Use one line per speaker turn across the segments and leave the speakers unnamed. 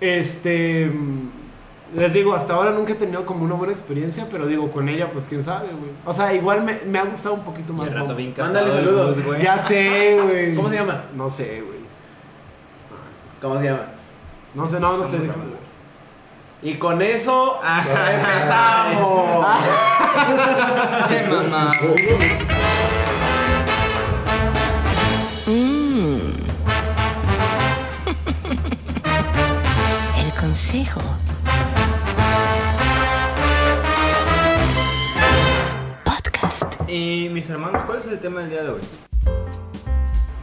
Este. mm, Les digo, hasta ahora nunca he tenido como una buena experiencia, pero digo, con ella, pues quién sabe, güey. O sea, igual me, me ha gustado un poquito
Y
más.
al rato
Bob.
bien
Mándale
casado el
saludos.
Gus, güey.
Ya sé, güey.
¿Cómo se llama?
No sé, güey.
¿Cómo se llama?
No sé, no, no sé.
Está muy
déjame
raro.
ver.
Y con eso empezamos.
Qué mamá.
El consejo. Podcast.
Y mis hermanos, ¿cuál es el tema del día de hoy?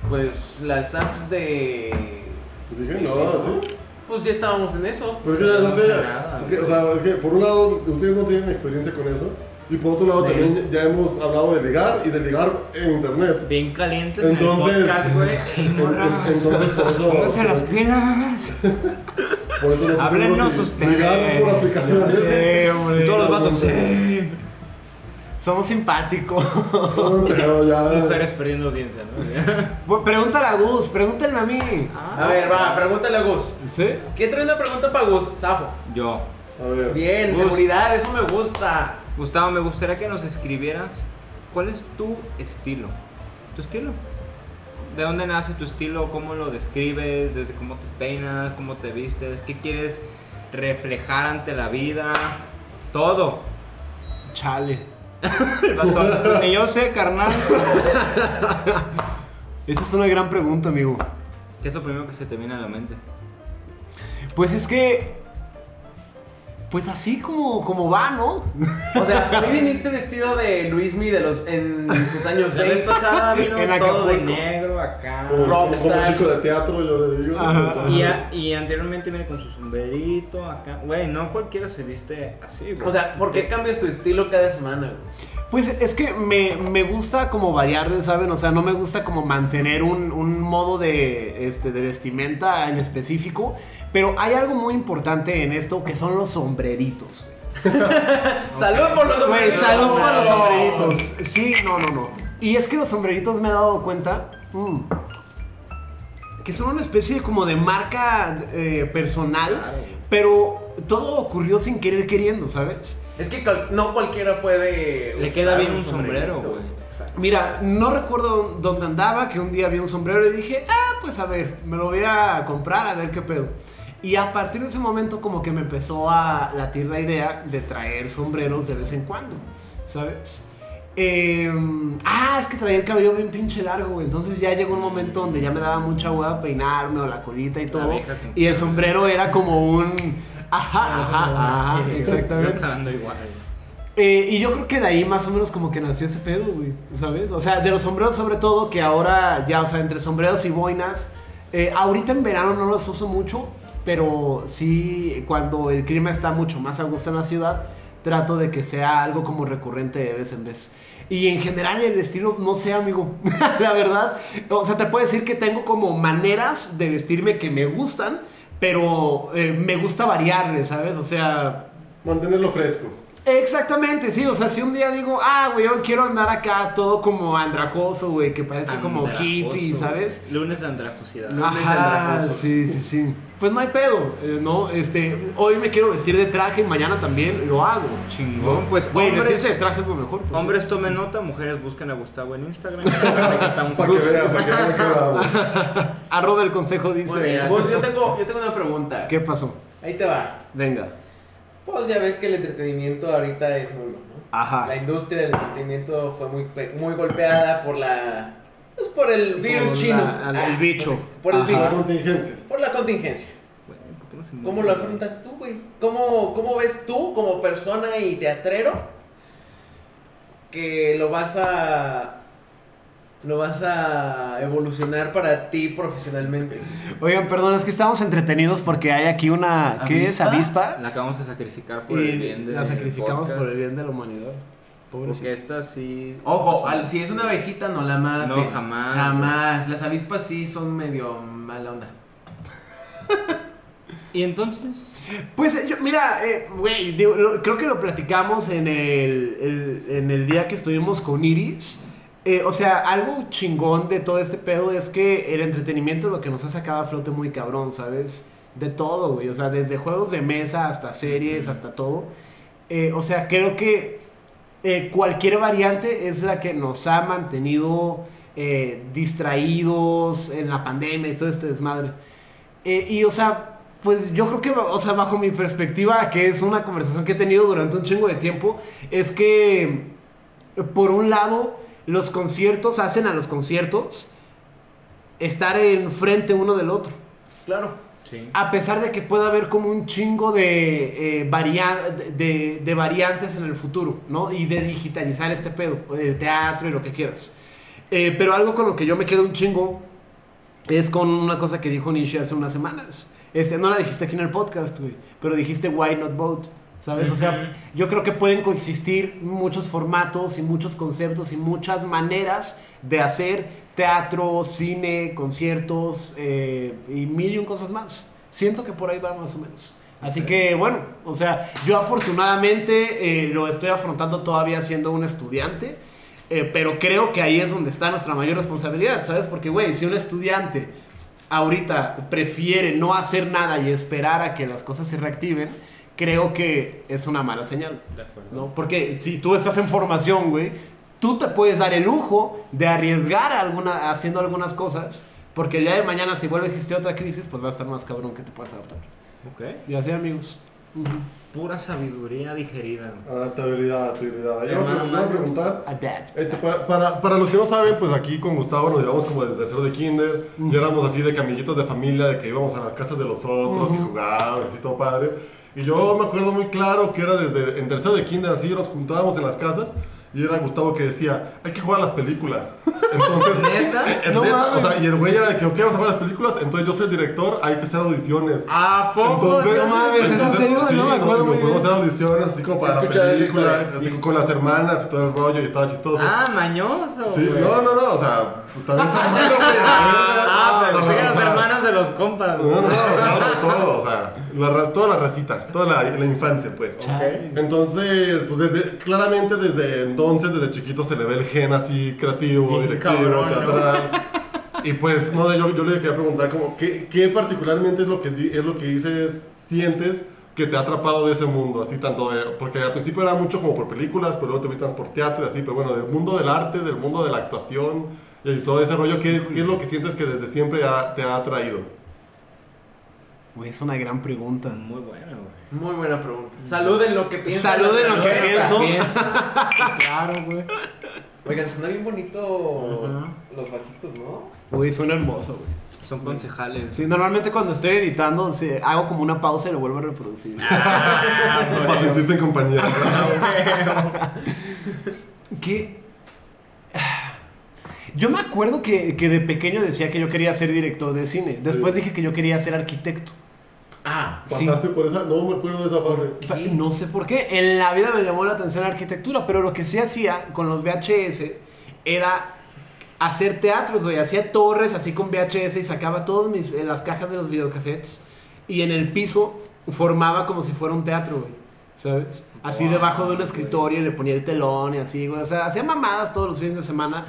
Pues las apps de.
Pues Dije, no, sí.
Pues ya estábamos en eso.
Pero es que, no sé,
nada,
porque, o sea, es que por un lado, ustedes no tienen experiencia con eso. Y por otro lado,
Sí.
también ya hemos hablado de ligar y de ligar en internet.
Bien calientes
Entonces-
en el podcast, güey. Ey,
En- en-
morras,
Entonces, por eso.
pónganse las pilas.
Por eso no
Háblenos
pusimos
ustedes.
Ligar por aplicaciones.
Sí, hombre.
Todos los vatos, sí.
Somos simpáticos.
Todo un pedo ya.
Mujeres perdiendo audiencia, ¿no?
Bueno, Pregúntale a Gus, pregúntale a mí.
Ah.
A ver, va, pregúntale a Gus.
¿Sí?
¿Qué tremenda pregunta para Gus? Zafo.
Yo.
A ver.
Bien,
Gus.
seguridad, eso me gusta.
Gustavo, me gustaría que nos escribieras cuál es tu estilo. ¿Tu estilo? ¿De dónde nace tu estilo? ¿Cómo lo describes? ¿Desde cómo te peinas? ¿Cómo te vistes? ¿Qué quieres reflejar ante la vida? Todo.
Chale.
El vato, Ni yo sé, carnal.
Esa es una gran pregunta, amigo.
¿Qué es lo primero que se te viene a la mente?
Pues es que. Pues así como, como va, ¿no?
O sea, hoy viniste vestido de Luismi de los, en sus años
La vez
20.
pasada vino
En
todo de
Acapulco.
negro acá.
Como,
Rockstar.
como chico de teatro, yo le digo.
Ajá.
entonces-
Y, a- y anteriormente viene con su sombrerito acá. Güey, no cualquiera se viste así, güey.
O sea, ¿por qué cambias tu estilo cada semana, güey?
Pues es que me, me gusta como variar, ¿saben? O sea, no me gusta como mantener un, un modo de, este, de vestimenta en específico. Pero hay algo muy importante en esto que son los sombreritos.
Salud por los
Güey,
sombreritos.
salud por Pues, los sombreritos. Sí, no, no, no. Y es que los sombreritos me he dado cuenta mm, que son una especie como de marca eh, personal, pero todo ocurrió sin querer queriendo, ¿sabes?
Es que cual- no cualquiera puede.
Le
usar
queda bien un sombrero,
sombrerito,
güey.
Exacto.
Mira, no recuerdo dónde andaba, que un día vi un sombrero y dije, ah, pues a ver, me lo voy a comprar, a ver qué pedo. Y a partir de ese momento como que me empezó a latir la idea de traer sombreros de vez en cuando, ¿sabes? Em, ah, es que traía el cabello bien pinche largo, güey. Entonces ya llegó un momento donde ya me daba mucha hueva peinarme o la colita y todo.
vieja con- Ah,
Y el sombrero era como un... Ah, Ajá, ajá, ajá,
Sí,
exactamente.
Yo ando igual.
Eh, y yo creo que de ahí más o menos como que nació ese pedo, güey, ¿sabes? O sea, de los sombreros sobre todo, que ahora ya, o sea, entre sombreros y boinas, eh, ahorita en verano no los uso mucho, pero sí cuando el clima está mucho más a gusto en la ciudad, trato de que sea algo como recurrente de vez en vez. Y en general el estilo, no sé, amigo, la verdad, o sea, te puedo decir que tengo como maneras de vestirme que me gustan, pero eh, me gusta variarle, ¿sabes? O sea...
Mantenerlo fresco.
Exactamente, sí, o sea, si un día digo, ah, güey, yo quiero andar acá todo como andrajoso, güey, que parezca como
Andrajoso,
hippie,
güey.
¿sabes? Ah,
Lunes de andrajosidad.
No. Lunes de andrajoso.
sí, sí, sí. Pues no hay pedo, eh, ¿no? Este, hoy me quiero vestir de traje, mañana también lo hago.
Chingón, pues
Güey, vestirse de
hombres,
traje es lo mejor. pues.
hombres tomen nota, mujeres busquen a Gustavo en Instagram. Aquí estamos.
Para que vean, para que vean de qué hablamos.
Arroba el consejo
Muy
dice.
bien. Gus, yo tengo, yo tengo una pregunta.
¿Qué pasó?
Ahí te va.
Venga.
Pues ya ves que el entretenimiento ahorita es nulo, ¿no?
Ajá.
La industria del entretenimiento fue muy, pe- muy golpeada por la. Pues por el virus
Por
chino.
la- al-
Ah,
el bicho.
Por, el
Ajá.
La
bicho.
contingencia.
Por la contingencia.
Güey, ¿por qué no se mueve?
¿Cómo lo
Mm.
afrontas tú, güey? ¿Cómo, ¿Cómo ves tú como persona y teatrero que lo vas a. Lo vas a evolucionar para ti profesionalmente.
Oigan, perdón, es que estamos entretenidos porque hay aquí una. ¿Qué es?
¿Avispa?
Avispa.
La acabamos de sacrificar por el
Y
bien de
la sacrificamos por el bien de la humanidad. Pobrecito.
Porque esta sí.
Ojo, al- si es una abejita, no la mates.
No, jamás.
Jamás. Las avispas sí son medio mala onda.
Y entonces.
Pues eh, yo, mira, eh, güey, digo, lo- creo que lo platicamos en el, el- en el día que estuvimos con Iris. Eh, o sea, algo chingón de todo este pedo es que el entretenimiento es lo que nos ha sacado a flote muy cabrón, ¿sabes? de todo, güey. O sea, desde juegos de mesa hasta series, hasta todo. Eh, o sea, creo que eh, cualquier variante es la que nos ha mantenido eh, distraídos en la pandemia y todo este desmadre. Eh, y, o sea, pues yo creo que, o sea, bajo mi perspectiva, que es una conversación que he tenido durante un chingo de tiempo, es que, por un lado, los conciertos hacen a los conciertos estar enfrente uno del otro.
Claro.
Sí.
A pesar de que pueda haber como un chingo de, eh, varia- de, de variantes en el futuro, ¿no? Y de digitalizar este pedo, el teatro y lo que quieras. Eh, pero algo con lo que yo me quedo un chingo es con una cosa que dijo Nietzsche hace unas semanas. Este, no la dijiste aquí en el podcast, güey, pero dijiste why not vote, ¿sabes? O
Ujú.
sea, yo creo que pueden coexistir muchos formatos y muchos conceptos y muchas maneras de hacer teatro, cine, conciertos eh, y mil y un cosas más. Siento que por ahí va más o menos. Así que bueno, o sea, yo afortunadamente eh, lo estoy afrontando todavía siendo un estudiante, eh, pero creo que ahí es donde está nuestra mayor responsabilidad, ¿sabes? Porque, güey, si un estudiante ahorita prefiere no hacer nada y esperar a que las cosas se reactiven, creo que es una mala señal.
De acuerdo.
¿no? Porque si tú estás en formación, güey, tú te puedes dar el lujo de arriesgar alguna, haciendo algunas cosas, porque el día de mañana si vuelve a existir otra crisis, pues va a estar más cabrón que te puedas adaptar.
Ok.
Y así, amigos. Ujú.
Pura sabiduría digerida.
Adaptabilidad, adaptabilidad. Yo voy a pre-
Hermano,
voy a
hermano.
preguntar.
Adapt.
Este, para, para- para los que no saben, pues aquí con Gustavo nos llevamos como desde tercero de kinder. Ya éramos así de camillitos de familia, de que íbamos a las casas de los otros y jugábamos, así todo padre. Y yo me acuerdo muy claro que era desde en tercero de kinder, así nos juntábamos en las casas. Y era Gustavo que decía, hay que jugar a las películas. Entonces,
¿Neta?
eh, eh,
No
neta, o
mames.
sea, y el güey era de que, ok, vamos a jugar a las películas, entonces yo soy el director, hay que hacer audiciones.
¿A
Entonces,
No mames, ¿es en
entonces,
serio? No
sí,
me
nos-
acuerdo
nos
muy
fuimos a
bien.
hacer audiciones así como
Se
para la
escucha esa
película,
historia,
así
sí.
con las hermanas y todo el rollo y estaba chistoso.
Ah, mañoso.
sí,
güey.
no, no, no, o sea, pues, también son hermanos, güey.
Ah,
No,
pero
no,
sí,
no, o
las
sea,
hermanas de los compas.
No, no,
güey.
no, claro, todo, o sea, la, raz- toda la racita, toda la, la infancia, pues. Entonces, pues desde, claramente desde entonces, desde chiquito se le ve el gen así creativo,
Bien
directivo,
cabrón, ¿no?
teatral. Y pues, no, yo, yo le quería preguntar como, ¿qué, qué particularmente es lo que, di- es lo que dices, sientes que te ha atrapado de ese mundo? Así tanto de, porque al principio era mucho como por películas, pero luego te metían por teatro y así, pero bueno, del mundo del arte, del mundo de la actuación y todo ese rollo, ¿qué, qué es lo que sientes que desde siempre ha- te ha atraído?
Güey, es una gran pregunta.
Muy buena, güey.
Muy buena pregunta. Saluden Mm. lo que piensan.
Saluden
de la
lo que
respuesta.
pienso.
Piensa. claro, güey.
Oigan, suena bien bonito
Ujú.
los vasitos, ¿no?
Güey, suena hermoso, güey.
Son concejales.
Sí, normalmente cuando estoy editando sí, hago como una pausa y lo vuelvo a reproducir.
Ah, güey.
Para sentirse en compañía.
¿Qué? Yo me acuerdo que, que de pequeño decía que yo quería ser director de cine. Después
Sí.
dije que yo quería ser arquitecto.
Ah.
Sí.
¿Pasaste por esa? No me acuerdo de esa fase.
Pa- No sé por qué. En la vida me llamó la atención la arquitectura, pero lo que sí hacía con los VHS era hacer teatros, güey. Hacía torres así con VHS y sacaba todas mis, eh, las cajas de los videocassettes y en el piso formaba como si fuera un teatro, güey. ¿Sabes? Así
Wow,
debajo de un
güey.
escritorio y le ponía el telón y así, güey. O sea, hacía mamadas todos los fines de semana.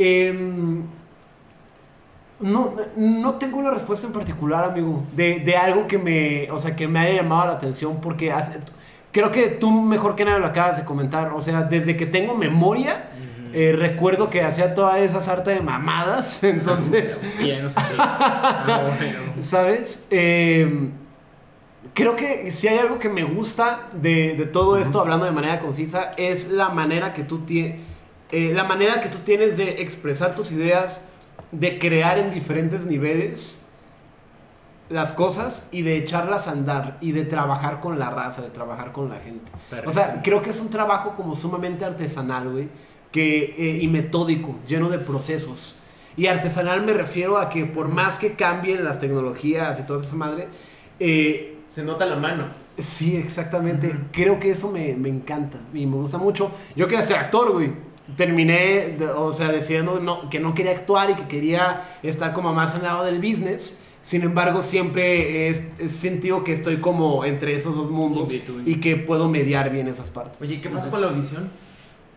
Em, no, no tengo una respuesta en particular, amigo, de, de algo que me, o sea, que me haya llamado la atención, porque hace- creo que tú mejor que nada lo acabas de comentar, o sea, desde que tengo memoria, eh, recuerdo que hacía todas esas artes de mamadas, entonces,
Bien, no sé qué. Ah, bueno.
¿sabes? Eh, creo que si hay algo que me gusta de, de todo esto, hablando de manera concisa, es la manera que tú tienes. la manera que tú tienes de expresar tus ideas, de crear en diferentes niveles las cosas y de echarlas a andar y de trabajar con la raza, de trabajar con la gente. O sea, creo que es un trabajo como sumamente artesanal, güey, que, eh, y metódico, lleno de procesos. Y artesanal me refiero a que por más que cambien las tecnologías y toda esa madre, eh,
Se nota la mano.
Sí, exactamente. Creo que eso me, me encanta y me gusta mucho. Yo quería ser actor, güey. Terminé, de- o sea, decidiendo no- que no quería actuar y que quería estar como más al lado del business. Sin embargo, siempre he, he sentido que estoy como entre esos dos mundos
In between.
y que puedo mediar bien esas partes.
Oye, ¿qué pasó con la audición?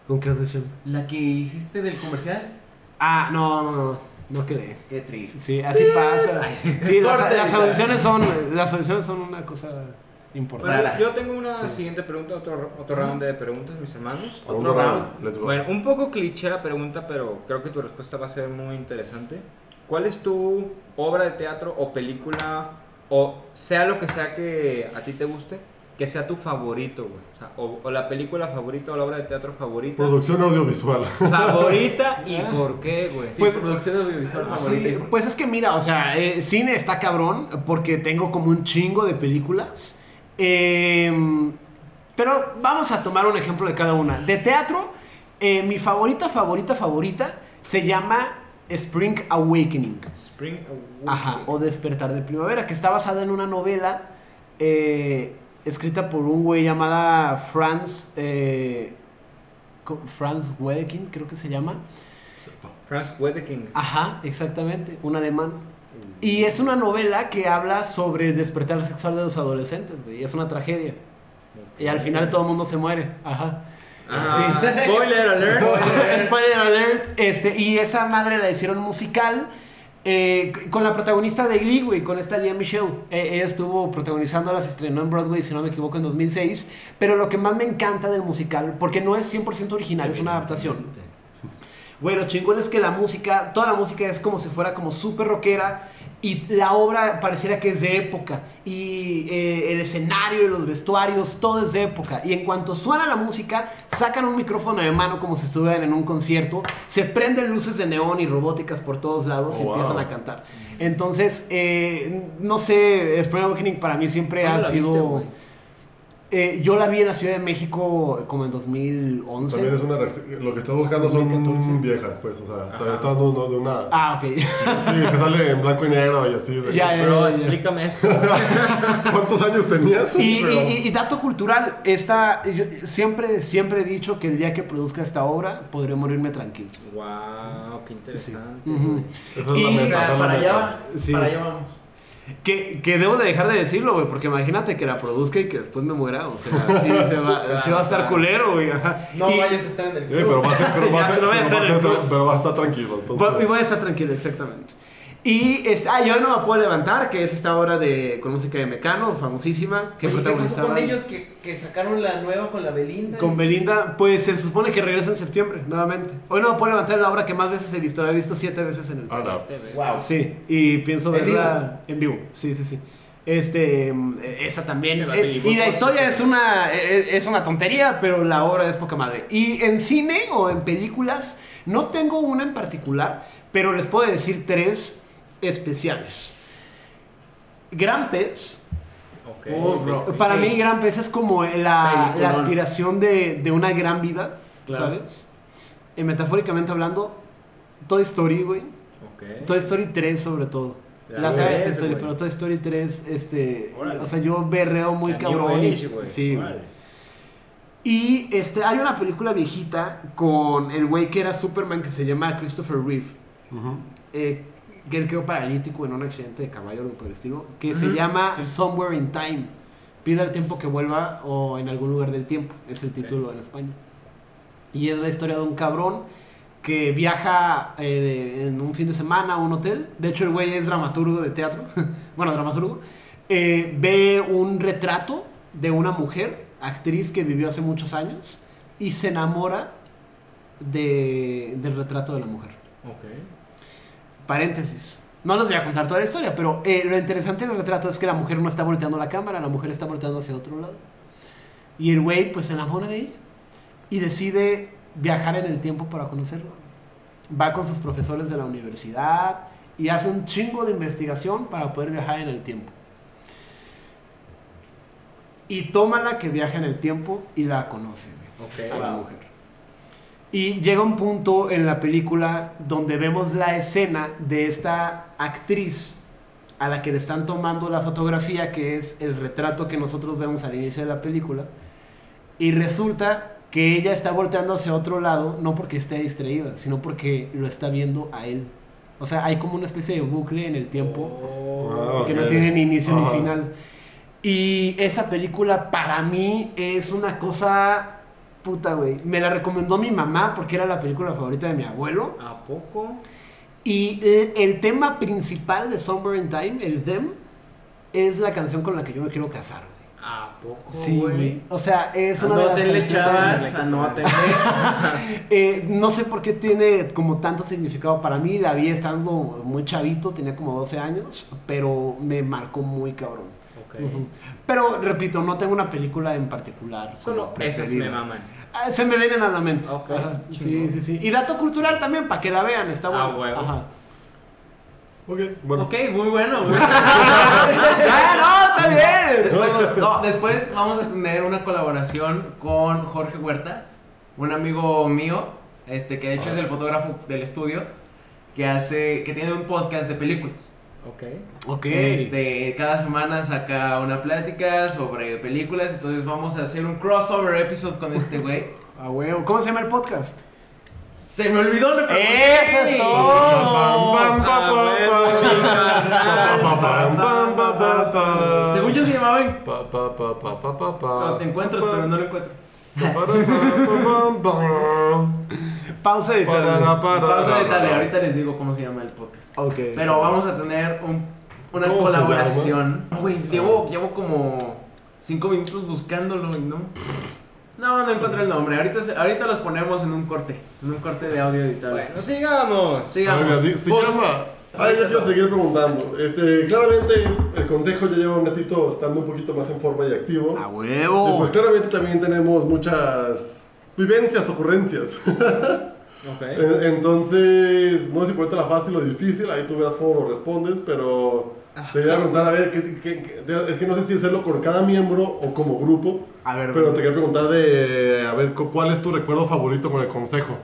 ¿Con qué audición?
La que hiciste del comercial.
Ah, no, no, no. No cree.
Qué triste.
Sí, así pasa. Sí, las,
Corte,
las
ya.
audiciones son, las audiciones son una cosa
Bueno,
importante.
Rara.
yo tengo una siguiente pregunta, otro, otro round de preguntas, mis hermanos.
Segundo round. Let's go.
Bueno, un poco cliché la pregunta, pero creo que tu respuesta va a ser muy interesante. ¿Cuál es tu obra de teatro o película, o sea lo que sea que a ti te guste, que sea tu favorito, güey? O, sea, o- o la película favorita o la obra de teatro favorita.
Producción audiovisual.
favorita
Ah.
y por qué, güey.
Pues,
Sí, producción audiovisual favorita.
Sí, pues es que mira, o sea, eh, cine está cabrón porque tengo como un chingo de películas. Em, pero vamos a tomar un ejemplo de cada una. De teatro, eh, mi favorita, favorita, favorita se llama Spring Awakening.
Spring uh, Awakening.
Ajá, o Despertar de Primavera, que está basada en una novela eh, escrita por un güey llamada Franz. Eh, co- Franz Wedekind, creo que se llama.
Franz Wedeking.
Ajá, exactamente, un alemán. Ah, Y es una novela que habla sobre el despertar sexual de los adolescentes, güey. y Es una tragedia. Y al final todo el mundo se muere. Ajá.
Ah,
Sí.
Spoiler alert.
Spoiler alert. Este, y esa madre la hicieron musical eh, c- con la protagonista de Glee, güey, con esta Lea Michelle. Eh, ella estuvo protagonizándola, se estrenó en Broadway, si no me equivoco, en 2006. Pero lo que más me encanta del musical, porque no es 100% original, es una adaptación. Güey, lo chingón es que la música, toda la música es como si fuera como súper rockera y la obra pareciera que es de época. Y eh, el escenario y los vestuarios, todo es de época. Y en cuanto suena la música, sacan un micrófono de mano como si estuvieran en un concierto, se prenden luces de neón y robóticas por todos lados y
Oh, wow.
empiezan a cantar. Entonces, eh, no sé, Spring Awakening para mí siempre ha
¿Cuándo la viste,
sido...
güey?
Eh, yo la vi en la Ciudad de México como en 2011.
También es una reacc- Lo que estás buscando son
2014.
viejas, pues. O sea,
Ajá.
también estás dando no, de una.
Ah, ok.
Sí, que sale en blanco y negro y así, güey.
Ya, ya.
Bro, explícame esto.
¿Cuántos años tenías?
Y,
Pero-
y- y- y dato cultural, esta, yo siempre, siempre he dicho que el día que produzca esta obra podré morirme tranquilo.
wow, qué interesante.
Ujú.
Esa es la
y-
meta.
O sea,
esa es la
para
meta.
allá, va-
Sí.
para allá vamos.
Que, que debo de dejar de decirlo, güey, porque imagínate que la produzca y que después me muera. O sea, sí, se va, sí va a estar culero, güey. ajá.
No
y, Eh,
vayas a estar en el
Sí, Eh, pero va a ser, pero va a
Ya,
ser,
no voy a
pero va a
estar en el
ser-
club.
pero va a estar tranquilo.
va- y
Entonces,
voy a estar tranquilo, exactamente. Y es- ah, yo no me puedo levantar, que es esta obra de, con música de Mecano, famosísima. Que
Oye, ¿Qué pasó
protagonizaba-
con ellos que, que sacaron la nueva con la Belinda?
Con Belinda, pues se supone que regresa en septiembre, nuevamente. Hoy no me puedo levantar la obra que más veces he visto, la he visto siete veces en el
ah, no.
Te veo.
Wow.
Sí, y pienso
¿En
verla en vivo. Sí, sí, sí. Este, mm, esa también.
El
eh,
Batman y
y la
pues,
Batman, sí,
historia
sí.
es una, eh, es una tontería, pero la obra es poca madre. Y en cine o en películas, no tengo una en particular, pero les puedo decir tres especiales. Gran Pez. eh,
Ok.
Oh, bro. Ok,
Para
sí.
mí, Gran Pez es como la, la
Peliculón.
aspiración de, de una gran vida,
Claro.
¿sabes? Eh, metafóricamente hablando, Toy Story, güey.
Ok.
Toy Story 3 sobre todo.
Ya,
La
güey,
saga de
ese,
Toy Story,
güey.
pero Toy Story 3, este,
Órale.
o sea, yo berreo muy
O sea, New
cabrón. y-
Age, güey.
sí, güey.
Órale.
Y este, hay una película viejita con el güey que era Superman que se llama Christopher Reeve,
Ujú.
eh, que él quedó paralítico en un accidente de caballo o algo por el estilo, que se
Ujú,
llama
sí.
Somewhere in Time. Pide al tiempo que vuelva o en algún lugar del tiempo, es el título en España. Y es la historia de un cabrón que viaja eh, de- en un fin de semana a un hotel. De hecho, el güey es dramaturgo de teatro. bueno, dramaturgo. Eh, ve un retrato de una mujer, actriz que vivió hace muchos años, y se enamora de- del retrato de la mujer.
Ok.
Paréntesis. No les voy a contar toda la historia, pero eh, lo interesante del retrato es que la mujer no está volteando la cámara, la mujer está volteando hacia otro lado. Y el güey pues se enamora de ella y decide viajar en el tiempo para conocerla. Va con sus profesores de la universidad y hace un chingo de investigación para poder viajar en el tiempo. Y tómala que viaja en el tiempo y la conoce, güey
Ok.
a la
Wow.
mujer. Y llega un punto en la película donde vemos la escena de esta actriz a la que le están tomando la fotografía, que es el retrato que nosotros vemos al inicio de la película. Y resulta que ella está volteando hacia otro lado, no porque esté distraída, sino porque lo está viendo a él. O sea, hay como una especie de bucle en el tiempo
Wow,
que no
Ah, ok.
tiene ni inicio
Ajá.
ni final. Y esa película para mí es una cosa puta, güey. Me la recomendó mi mamá porque era la película favorita de mi abuelo.
¿A poco?
Y eh, el, tema principal de Somewhere in Time, el Them, es la canción con la que yo me quiero casar. güey.
¿A poco,
Sí, güey. O sea, es una de las
Anótenle,
canciones-
chavas. Anótenle.
Eh, no sé por qué tiene como tanto significado para mí. La vi estando muy chavito, tenía como 12 años, pero me marcó muy cabrón.
Ok.
Ujú. Pero repito, no tengo una película en particular. como
Solo esas
preferida.
me maman.
Ah, Se me vienen a la mente.
Ok,
Ajá, Sí,
chingón.
sí, sí. Y dato cultural también, para que la vean, está
Ah,
bueno.
huevo.
Ajá.
Ok, bueno.
Ok, muy bueno. güey.
¡Ah, no! ¡Está bien!
Después, no, después vamos a tener una colaboración con Jorge Huerta, un amigo mío, este que de
Ah.
hecho es el fotógrafo del estudio, que hace, que tiene un podcast de películas.
Ok.
Ok.
Este, cada semana saca una plática sobre películas, entonces vamos a hacer un crossover episode con este güey.
A huevo. ¿Cómo se llama el podcast?
Se me olvidó le
¡Eso es todo!
Pam, pam, pam,
Ah, bueno,
Ah,
pam, pam, pam, pam, pam, pam.
Según yo se llamaba en-
Pa, pa, pa, pa, pa, pa, pa.
No, te encuentras, pero no lo encuentro.
Pa, pa, pa, pa, pa, pa.
Pausa de
Pues,
Pa, ra, ra, pa, ra,
Pausa de
ra,
tarea,
ra.
ahorita les digo cómo se llama el podcast.
Ok.
Pero vamos a tener un- una
¿Cómo se
colaboración. Güey, llevo, llevo como 5 minutos buscándolo y no. No, no encuentro el nombre. Ahorita, se- ahorita los ponemos en un corte. En un corte de audio editado.
Bueno, sigamos.
Sigamos.
Oiga, di- se
Vos-
llama. Ay, yo quiero seguir preguntando. Este, claramente el consejo ya lleva un ratito estando un poquito más en forma y activo.
Ah,
A
Y
huevo.
pues claramente también tenemos muchas vivencias, ocurrencias.
Ok.
En- Entonces, no sé si ponerte la fácil o difícil, ahí tú verás cómo lo respondes, pero
Ah,
te voy a preguntar a ver, ¿qué, qué- qué- es que no sé si hacerlo con cada miembro o como grupo,
A ver,
pero te quería preguntar de, a ver, cu- ¿cuál es tu recuerdo favorito con el consejo?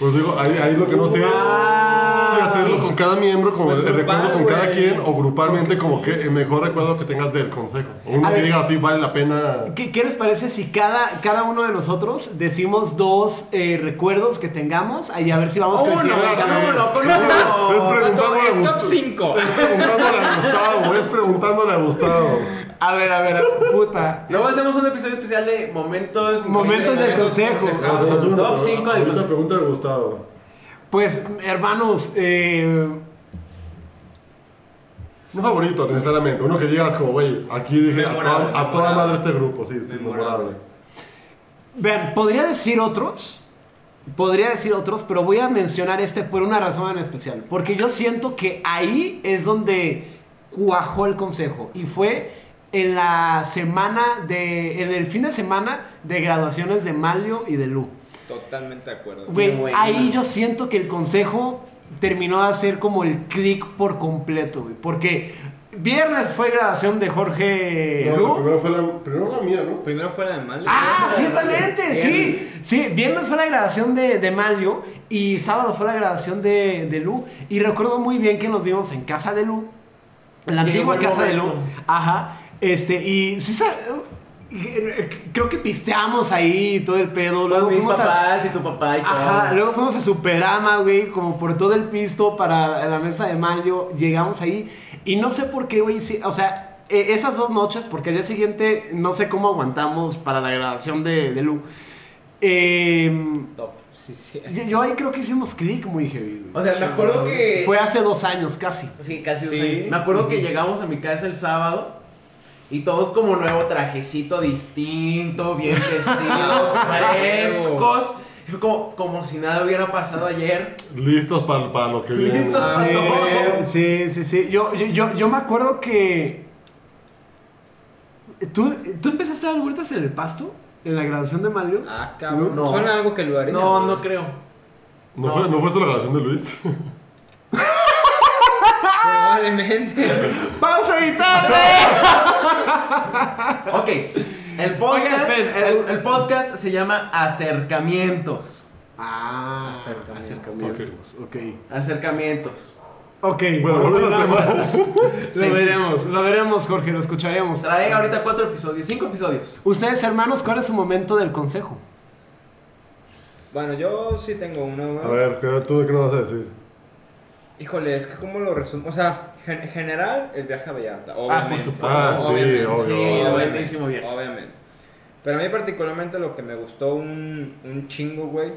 Pues digo, ahí, ahí lo que no sé, si hacerlo con cada miembro, como
Pues
el
grupal,
recuerdo con cada
güey.
quien, o grupalmente, como que el mejor recuerdo que tengas del consejo. O uno
A
que
ver.
diga así, vale la pena.
¿Qué, qué les parece si cada, cada uno de nosotros decimos dos eh, recuerdos que tengamos? Ahí a ver si vamos
Uno,
coincidiendo en
con
cada uno.
uno, con
Es
uno.
preguntándole a
El top
Gust-
5.
Es preguntándole a Gustavo, es preguntándole a Gustavo.
A ver, a ver, puta.
Luego hacemos un episodio especial de momentos.
Momentos del
increíbles,
consejo.
Ah,
aconsejados.
hacemos una
Top
pre-
5 del
ahorita
consejo.
pregunta de Gustavo.
Pues, hermanos, eh,
Un favorito, necesariamente. Uno que digas como, güey, aquí dije a toda,
Memorable,
a toda
memorable.
madre este grupo. Sí, sí,
Memorable.
memorable.
vean, podría decir otros. Podría decir otros, pero voy a mencionar este por una razón en especial. Porque yo siento que ahí es donde cuajó el consejo. Y fue en la semana de. En el fin de semana de graduaciones de Malio y de Lu.
Totalmente de acuerdo.
Güey,
Bueno.
ahí yo siento que el consejo terminó de hacer como el click por completo, güey. Porque viernes fue grabación de Jorge
No,
Lu.
primero fue la, primero la mía, ¿no?
Primero fue la de Mal.
Ah, ciertamente, sí. Sí, viernes fue la grabación de, de Malio y sábado fue la grabación de, de Lu. Y recuerdo muy bien que nos vimos en casa de Lu, en la
Qué
antigua
buen
casa de Lu.
momento.
Ajá. Este, y sí, sa- creo que pisteamos ahí todo el pedo. Luego
Con mis
fuimos a-
papás y tu papá y todo.
Ajá, luego fuimos a Superama, güey, como por todo el pisto para la mesa de mayo. Llegamos ahí y no sé por qué, güey, sí, o sea, eh, esas dos noches, porque al día siguiente no sé cómo aguantamos para la grabación de, de Lu. Eh,
Top.
Sí, sí.
yo, yo ahí creo que hicimos click muy heavy,
O
güey.
sea, me acuerdo que.
Fue hace dos años casi.
Sí, casi dos
Sí.
años. Me acuerdo que llegamos a mi casa el sábado y todos como nuevo trajecito distinto, bien vestidos, frescos. Fue Como, como si nada hubiera pasado ayer.
Listos para lo que viene.
Listos pa'
Sí,
todo.
Eh, sí, sí, sí. Yo, yo, yo, yo me acuerdo que. ¿Tú, ¿Tú empezaste a dar vueltas en el pasto? ¿En la grabación de Mario?
Ah, cabrón.
No.
Suena algo que lo haría.
No, no
güey.
creo.
¿No, Fue, ¿No fue esa la grabación de Luis?
Probablemente.
¡Pausa editable!
Ok, el podcast,
Oigan, espera,
el, el podcast se llama Acercamientos.
Ah,
acercamientos,
Ok.
Acercamientos.
Ok,
Bueno, volviendo al tema.
Lo veremos, lo veremos, Jorge, lo escucharemos.
Traen ahorita cuatro episodios, cinco episodios.
Ustedes, hermanos, ¿cuál es su momento del consejo?
bueno, yo sí tengo uno, güey.
A ver, ¿qué- ¿tú qué nos vas a decir?
Híjole, es que cómo lo resumo. O sea, en general, el viaje a Vallarta.
Ah, por
Obviamente.
supuesto.
Ah, sí,
obviamente.
obvio.
Sí,
Obviamente,
buenísimo viaje.
Obviamente. Pero a mí particularmente lo que me gustó un, un chingo, güey,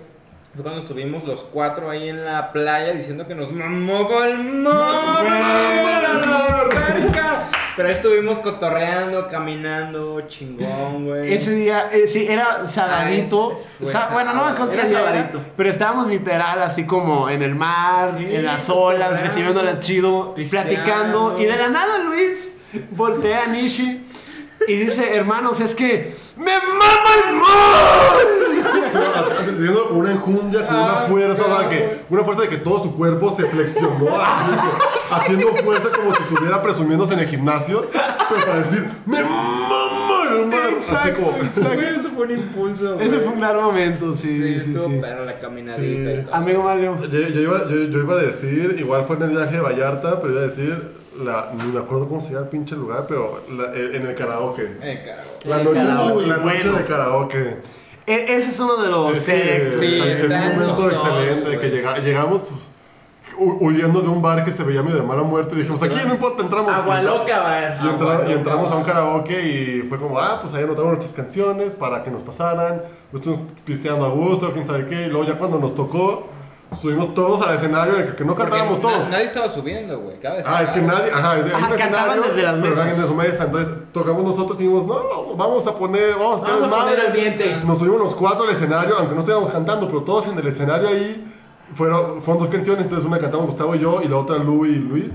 Fue cuando estuvimos los cuatro ahí en la playa diciendo que nos mamó el mar. la alberca. Pero ahí estuvimos cotorreando, caminando, chingón, güey.
Ese día, eh, sí, era sabadito.
Ay, fue
Sa- bueno, no me acuerdo
Era
qué día
sabadito.
Pero estábamos literal así como en el mar,
Sí,
en las olas,
cotorreando,
recibiéndolas chido,
pisteando.
platicando. Y de la nada Luis voltea a Nishi y dice, hermanos, es que me mama el mar.
Teniendo una enjundia, con una
Ah,
fuerza, o sea,
claro.
que, una fuerza de que todo su cuerpo se flexionó así, que, haciendo fuerza como si estuviera presumiéndose en el gimnasio, pero para decir, me mama el mar. Así como,
Güey, eso fue un impulso.
Ese
güey.
fue un gran momento, sí,
Sí,
sí, sí.
estuvo perro la caminadita
Sí.
y todo.
Amigo Mario.
yo, yo iba, yo, yo iba a decir, igual fue en el viaje de Vallarta, pero iba a decir, la, ni me acuerdo cómo se llama el pinche lugar, pero la- en el karaoke.
Eh, carajo.
La
El
noche,
karaoke,
la noche
bueno.
de karaoke.
E- ese es uno de los...
Es que-
sex-
sí,
es un
están
momento
los dos,
excelente de que
güey.
llega- llegamos hu- huyendo de un bar que se veía medio de mala muerte y dijimos, aquí no importa, entramos.
Agua loca,
Y,
bar.
entra- y entramos a un karaoke y fue como, ah, pues ahí anotamos nuestras canciones para que nos pasaran. Estuvimos pisteando a gusto, quién sabe qué. Y luego ya cuando nos tocó, subimos todos al escenario de que, que no cantáramos
Porque na-
todos.
Nadie estaba subiendo, güey. cada vez
Ah, es que
estaba-
nadie, ajá, hay un
Ajá, cantaban
escenario,
desde las
pero
mesas.
nadie de su mesa. Entonces tocamos nosotros y dijimos, no, no, vamos a poner, vamos a,
Vamos
echar
a poner
desmadre".
ambiente.
Nos subimos los cuatro al escenario, aunque no estuviéramos cantando, pero todos en el escenario ahí fueron, fueron dos canciones, entonces una cantamos Gustavo y yo y la otra Lu y Luis.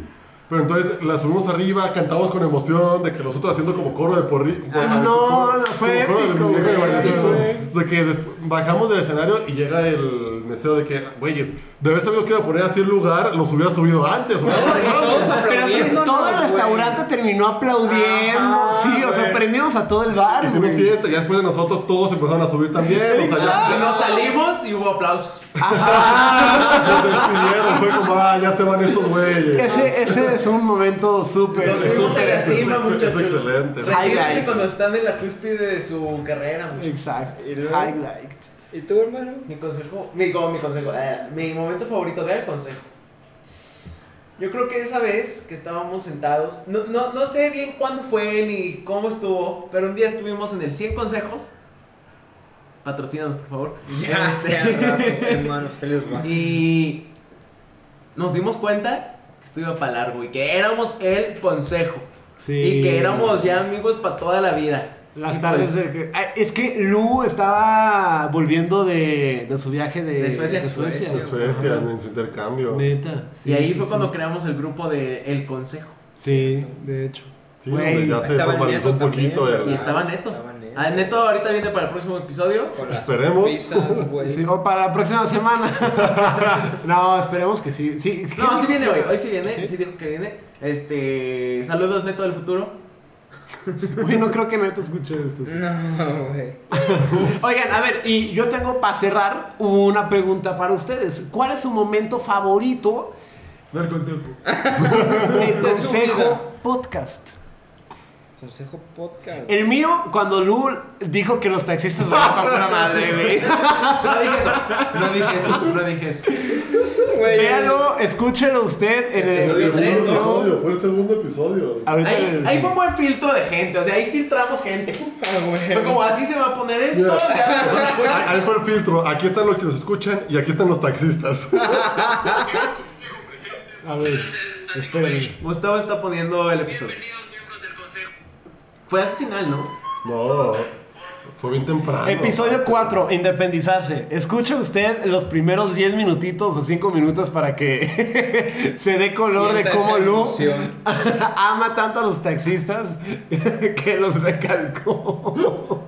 Pero entonces la subimos arriba, cantamos con emoción, de que nosotros haciendo como coro de porri. como-
Ah, no,
como-
no, fue
como coro de los
épico,
muñecos de
güey,
bailecito.
güey.
De que despu- bajamos del escenario y llega el mesero de que, güeyes, de haber sabido que iba a poner así el lugar, los hubiera subido antes. o sea,
Todos
Pero es que
aplaudiéndonos,
todo el
güey.
restaurante terminó aplaudiendo.
Ajá,
sí, o sea,
güey.
prendimos a todo el bar.
Hicimos
güey.
fiesta, ya después de nosotros todos empezaron a subir también. O sea,
Y
ya,
nos salimos y hubo aplausos.
ya nos despidieron, fue como, ah, ya se van estos güeyes.
Ese, ese es un momento súper.
Nos fuimos a la cima,
es- es- es
muchachos.
excelente.
Retírense
Highlights.
cuando están en la cúspide de su carrera, muchachos.
Exacto.
Y luego-
Highlight.
¿Y tú, hermano?
Mi consejo, mi, como mi consejo, eh, mi momento favorito del consejo. Yo creo que esa vez que estábamos sentados, no, no, no sé bien cuándo fue ni cómo estuvo, pero un día estuvimos en el 100 consejos. Patrocínanos, por favor.
Ya,
Este,
sea rato, hermano, feliz va.
y nos dimos cuenta que esto iba para largo y que éramos el consejo.
Sí.
Y que éramos ya amigos para toda la vida. Y
Las
pues,
tardes. de que- Ah, es que Lu estaba volviendo de, de su viaje de,
De Suecia.
En Suecia, en su intercambio.
Neta. sí,
y ahí
sí,
fue
sí.
cuando creamos el grupo de El Consejo.
Sí, de hecho.
Sí,
Güey,
donde ya se
estaba
formalizó
Nieto
un poquito
también,
el-
Y
¿verdad?
estaba Neto.
Estaba Neto.
Ah, Neto ahorita viene para el próximo episodio.
Con las
Esperemos.
pizzas,
Pues
güey.
Sí, o para la próxima semana. no, esperemos que sí. sí es que-
No, sí viene hoy. Hoy sí viene. Sí, dijo que viene. Este. Saludos, Neto del futuro.
Güey, no creo que Neto escuche esto.
No, güey.
Mm.
Oigan, a ver, y yo tengo para cerrar una pregunta para ustedes. ¿Cuál es su momento favorito
Del consejo.
del
De su
Consejo
vida.
Podcast?
Consejo podcast.
El mío, cuando Lu dijo que los taxistas van para pura madre, güey.
No dije eso. No dije eso. No dije eso.
Güey,
Véalo, escúchelo usted en
Fue
el.
el
Episodio
segundo
tres, ¿no?
episodio, fue el segundo episodio.
Ahorita
Ahí,
en el-
ahí fue un buen filtro de gente. O sea, ahí filtramos gente.
ah, güey.
Fue como así se va a poner esto.
Ya.
te va a poner-
Ah, Ahí fue el filtro, aquí están los que nos escuchan y aquí están los taxistas.
A ver, espérenme.
Gustavo está poniendo el episodio. Fue al final, ¿no?
No, fue bien temprano.
Episodio 4, independizarse. Escuche usted los primeros 10 minutitos o 5 minutos para que se dé color de
Sienta
cómo
esa
Lu
emoción.
ama tanto a los taxistas que los recalcó.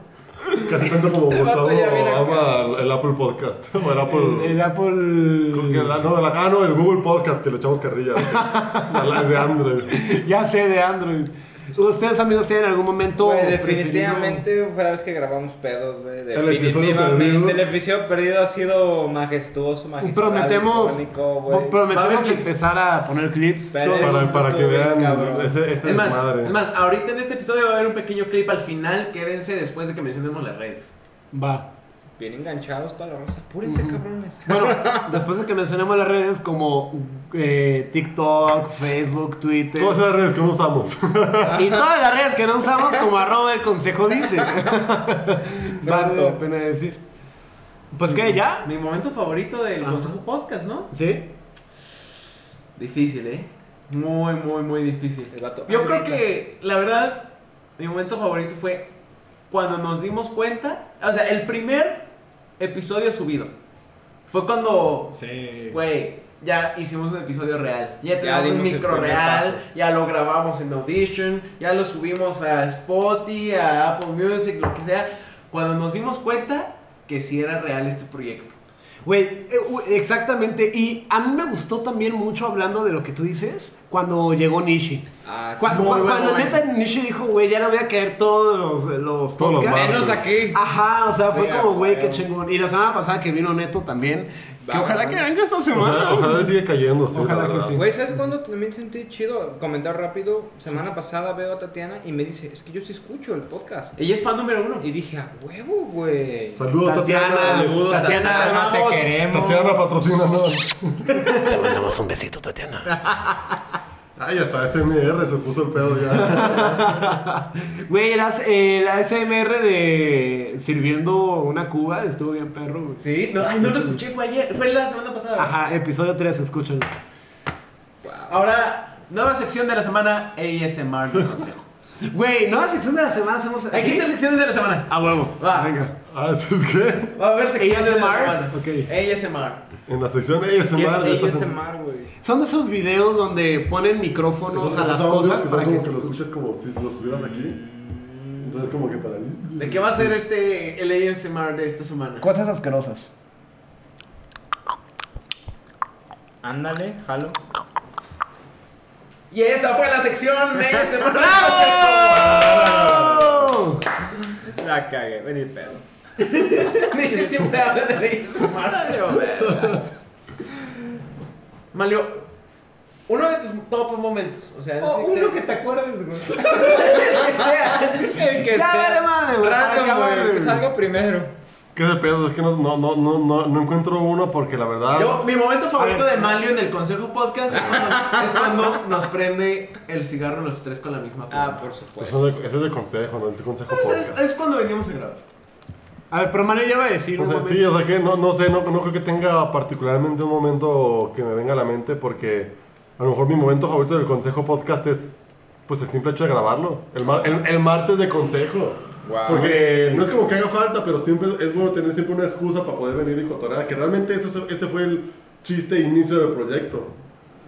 Casi tanto como Gustavo
ya viene acá.
ama el Apple Podcast. O el Apple.
El Apple.
Creo que la- no, la- ah, no, el Google Podcast que le echamos carrilla. A la de Android.
Ya sé de Android. ¿Ustedes, amigos, tienen algún momento.
Güey,
preferido?
definitivamente fue la vez que grabamos pedos, güey.
episodio
Definitivamente,
perdido.
El episodio perdido ha sido majestuoso, majestuoso.
Prometemos,
Va a haber
prometemos
clips.
empezar a poner clips.
Pero
todo.
Para, para que
Estuvo bien,
vean
cabrón.
ese, ese
Es más,
desmadre.
es más, ahorita en este episodio va a haber un pequeño clip al final. Quédense después de que mencionemos las redes.
Va.
Bien enganchados toda la raza. Apúrense, cabrones.
Bueno, después de que mencionemos las redes como eh, TikTok, Facebook, Twitter
Todas esas redes que no usamos.
y todas las redes que no usamos como arroba el consejo dice.
Pronto.
Vale la pena decir. Pues qué, ya.
Mi momento favorito del
Ajá.
Consejo Podcast, ¿no?
¿Sí?
Difícil, ¿eh? Muy, muy, muy difícil.
El vato.
Yo creo que, la verdad, mi momento favorito fue cuando nos dimos cuenta. O sea, el primer episodio subido. Fue cuando,
Sí.
güey, ya hicimos un episodio real. Ya tenemos un
dimos el
micro
primer
real.
paso.
Ya lo grabamos en Audition. Ya lo subimos a Spotify, a Apple Music, lo que sea. Cuando nos dimos cuenta que sí era real este proyecto.
Güey, eh, u- exactamente. Y a mí me gustó también mucho hablando de lo que tú dices cuando llegó Nishi.
Ah,
Cu- cu- Cuando,
muy buen momento.
neta Nishi dijo, güey, ya le voy a caer todos los, los
Todos los
podcasts.
martes.
menos aquí.
Ajá, o sea, fue
Sí,
como, güey, qué
güey.
chingón. Y la semana pasada que vino Neto también. Que
Va,
ojalá
va.
que venga esta semana.
Ojalá, ojalá sigue cayendo. sí,
Ojalá
la
que
verdad.
sí.
Güey, ¿sabes cuándo también sentí chido? Comentar rápido. Semana pasada veo a Tatiana y me dice, es que yo sí escucho el podcast.
Ella es fan número uno.
Y dije, a huevo, güey.
Saludos, Tatiana. Tatiana,
Tatiana, te amamos.
patrocina, no.
Te mandamos un besito, Tatiana.
Ay, hasta SMR se puso el pedo ya.
Güey, eras eh, la SMR de sirviendo una cuba, estuvo bien perro, güey.
Sí, no, ay, no lo escuché, fue ayer, fue la semana pasada. güey.
Ajá, episodio 3, escúchalo.
Wow.
Ahora, nueva sección de la semana, ASMR de consejo.
Güey, nueva sección de la semana hacemos.
Hay que hacer secciones de la semana.
A huevo.
Va.
Venga.
Ah, ¿eso es qué?
Va a haber secciones de la
ASMR,
semana. ASMR.
En la sección
¿Qué
ASMR de esta
es
semana.
ASMR, güey?
Son de esos videos donde ponen
Esos-
micrófonos a
esos
las
audios
cosas
que son
para que
como
se
que lo
escuche.
escuchas como si lo estuvieras aquí. Entonces como que para ahí.
¿De qué va a ser este, el ASMR de esta semana?
Cosas asquerosas.
Ándale, jalo.
Y esa fue la sección de ASMR.
¡Bravo!
La cagué, vení pedo.
Ni que siempre hablan de ASMR. Malio, uno de tus top momentos. O sea,
Oh,
tiene que ser-
acuerdes, güey.
el que sea.
El que
Ya
sea.
vale madre, güey, para
Random,
acabar,
güey, el que
güey.
salga primero.
¿Qué de pedo? Es que no, no, no, no, no, no encuentro uno porque la verdad...
Yo, mi momento favorito
A ver.
de Malio en el Consejo Podcast es cuando, es cuando nos prende el cigarro los tres con la misma
Ah,
forma.
por
Pues
supuesto.
eso es de- ese es de consejo, no es de consejo
Pues es,
podcast.
es cuando venimos a grabar.
A ver, pero Mario ya va a decir
O
un
sea,
momento.
sí, o sea que no, no sé, no, no creo que tenga particularmente un momento que me venga a la mente porque a lo mejor mi momento favorito del consejo podcast es pues el simple hecho de grabarlo. El, mar- el, el martes de consejo.
Wow.
Porque no es como que haga falta, pero siempre es bueno tener siempre una excusa para poder venir y cotorar, que realmente ese, ese fue el chiste e inicio del proyecto.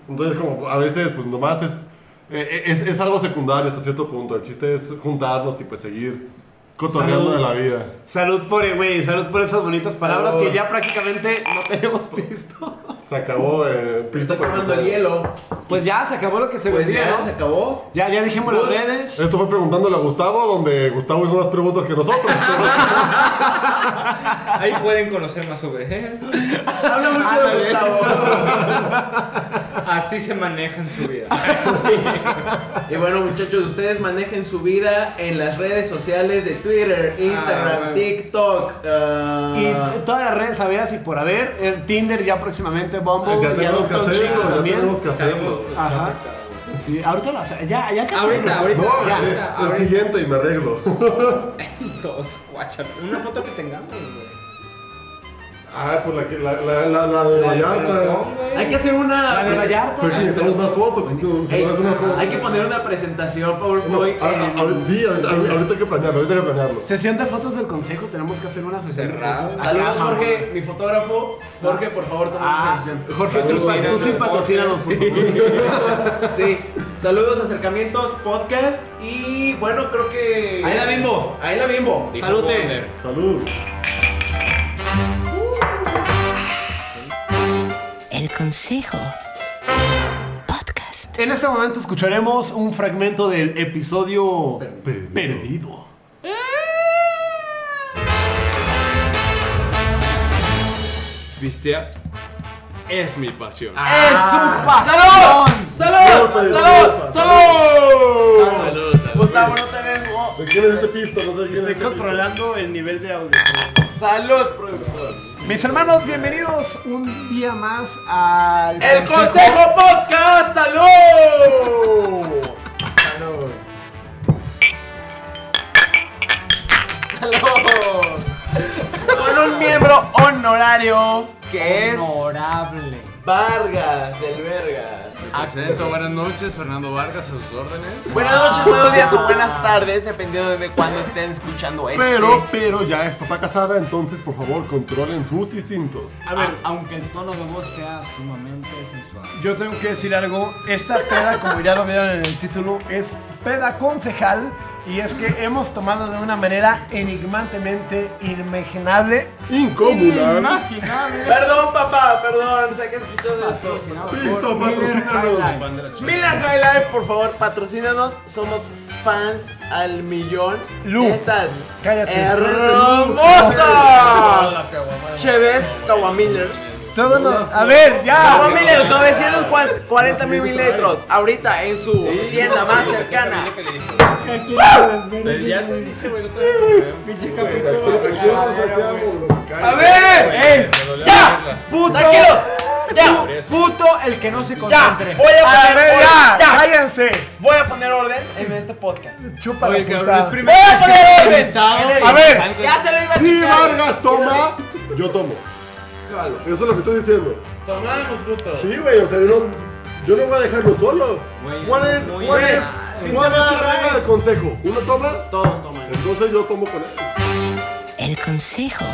Entonces como a veces pues nomás es, eh, es, es algo secundario hasta cierto punto, el chiste es juntarnos y pues seguir cotorreando
Salud.
de la vida.
Salud por, eh, güey, salud por esas bonitas palabras
Salud.
que ya prácticamente no tenemos visto.
Se acabó eh,
Me está
para
acabando el
empezar.
hielo.
Pues ya, se acabó lo que se
Pues
vendía,
ya,
¿no?
se acabó.
Ya, ya dijimos las
Bus.
redes.
Esto fue preguntándole a Gustavo, donde Gustavo hizo más preguntas que nosotros.
Ahí pueden conocer más sobre él.
Habla mucho de
Ándale.
Gustavo.
Así se maneja en su vida.
Y bueno, muchachos, ustedes manejen su vida en las redes sociales de Twitter, Instagram,
bueno.
TikTok. ah,
Y t- todas las redes sabías y por haber. El Tinder ya próximamente, Bumble
ya
y
tenemos que
Adopta un Chico
hacerlo, ya
también.
tenemos que hacerlo.
Sabemos,
Ajá.
pues,
Sí, ahorita lo hace. Ya, ya casi.
Ahorita, ahorita.
No,
Ya.
eh, el
ahorita.
siguiente y me arreglo.
Todos guáchalo. Una foto que tengamos, güey.
Ah, pues la, que- la, la, la, la de Vallarta.
Hay que hacer
La
una.
de Vallarta.
Pues necesitamos más fotos. Si no, si
Ey,
no es una foto.
hay que poner una presentación PowerPoint.
Ah, ah,
en-
ahorita- sí, ahorita, ahorita hay que planearlo, ahorita hay que planearlo.
Sesión de fotos del consejo, tenemos que hacer una sesión. de
Cerrado.
fotos.
Saludos,
Acá,
Jorge,
mamá.
mi fotógrafo. Jorge, por favor, toma una
Ah,
sesión.
Jorge, tú sí,
Patrocínanos,
tú sí patrocínanos. por favor.
Sí, saludos, acercamientos, podcast. Y bueno, creo que.
Ahí la bimbo.
Ahí la bimbo.
Dijo
Salute.
Wonder.
Salud.
El consejo. Podcast.
En este momento escucharemos un fragmento del episodio
Perdido.
perdido.
Cristian es mi pasión.
Ah.
¡Salud! ¡Salud!
Golpe,
¡Salud!
golpe.
¡Salud!
Salud, salud.
Gustavo, no te vengo.
¿De quién es este pisto? No sé
Estoy
de quién es este pisto.
controlando el nivel de audio.
Salud, productor.
Mis hermanos, bienvenidos un día más al
¡El Consejo Podcast! ¡Salud! ¡Salud! ¡Salud! con un miembro honorario que es
Honorable.
Vargas, el Vergas.
Presento, buenas noches, Fernando Vargas, a sus órdenes.
Buenas noches, buenos días o buenas tardes, dependiendo de cuándo estén escuchando este. esto.
Pero, pero ya es papá casada, entonces por favor controlen sus instintos.
A ver,
aunque el tono de voz sea sumamente sensual.
Yo tengo que decir algo. Esta peda, como ya lo vieron en el título, es peda concejal. Y es que hemos tomado de una manera enigmantemente inimaginable.
Incomunal.
Imaginable.
Perdón, papá, perdón, sé que escuchas esto.
Listo, patrocínanos.
Miller High Life, por favor, patrocínanos. Somos fans al millón.
Lu,
Estas
cállate.
hermosas. Cheves Kawamillers.
Todos los. A ver, ya.
Kawamillers, 940 mililitros. Ahorita en su tienda más cercana.
Ya te dije, güey, no sé.
A ver.
¡Ey!
Ya. Puto.
Tranquilos, ya,
Puto el que no se
ya.
concentre.
Voy a
A
poner
ver, ya.
orden. Ya.
Cállense.
Voy a poner orden en este podcast.
Chupa la
cabrón, es
putada. ¡Eh,
Voy
primero.
a poner orden.
A ver.
Ya se lo iba a
Si
quitar.
Vargas toma, yo tomo. Eso es lo que estoy diciendo.
Tomamos, puto.
Sí, güey, o sea, yo no, yo no voy a dejarlo solo.
Güey,
¿Cuál es,
muy
cuál
bien.
es, cuál es la regla del consejo? ¿Uno toma? Todos toman. Entonces yo tomo con él.
El consejo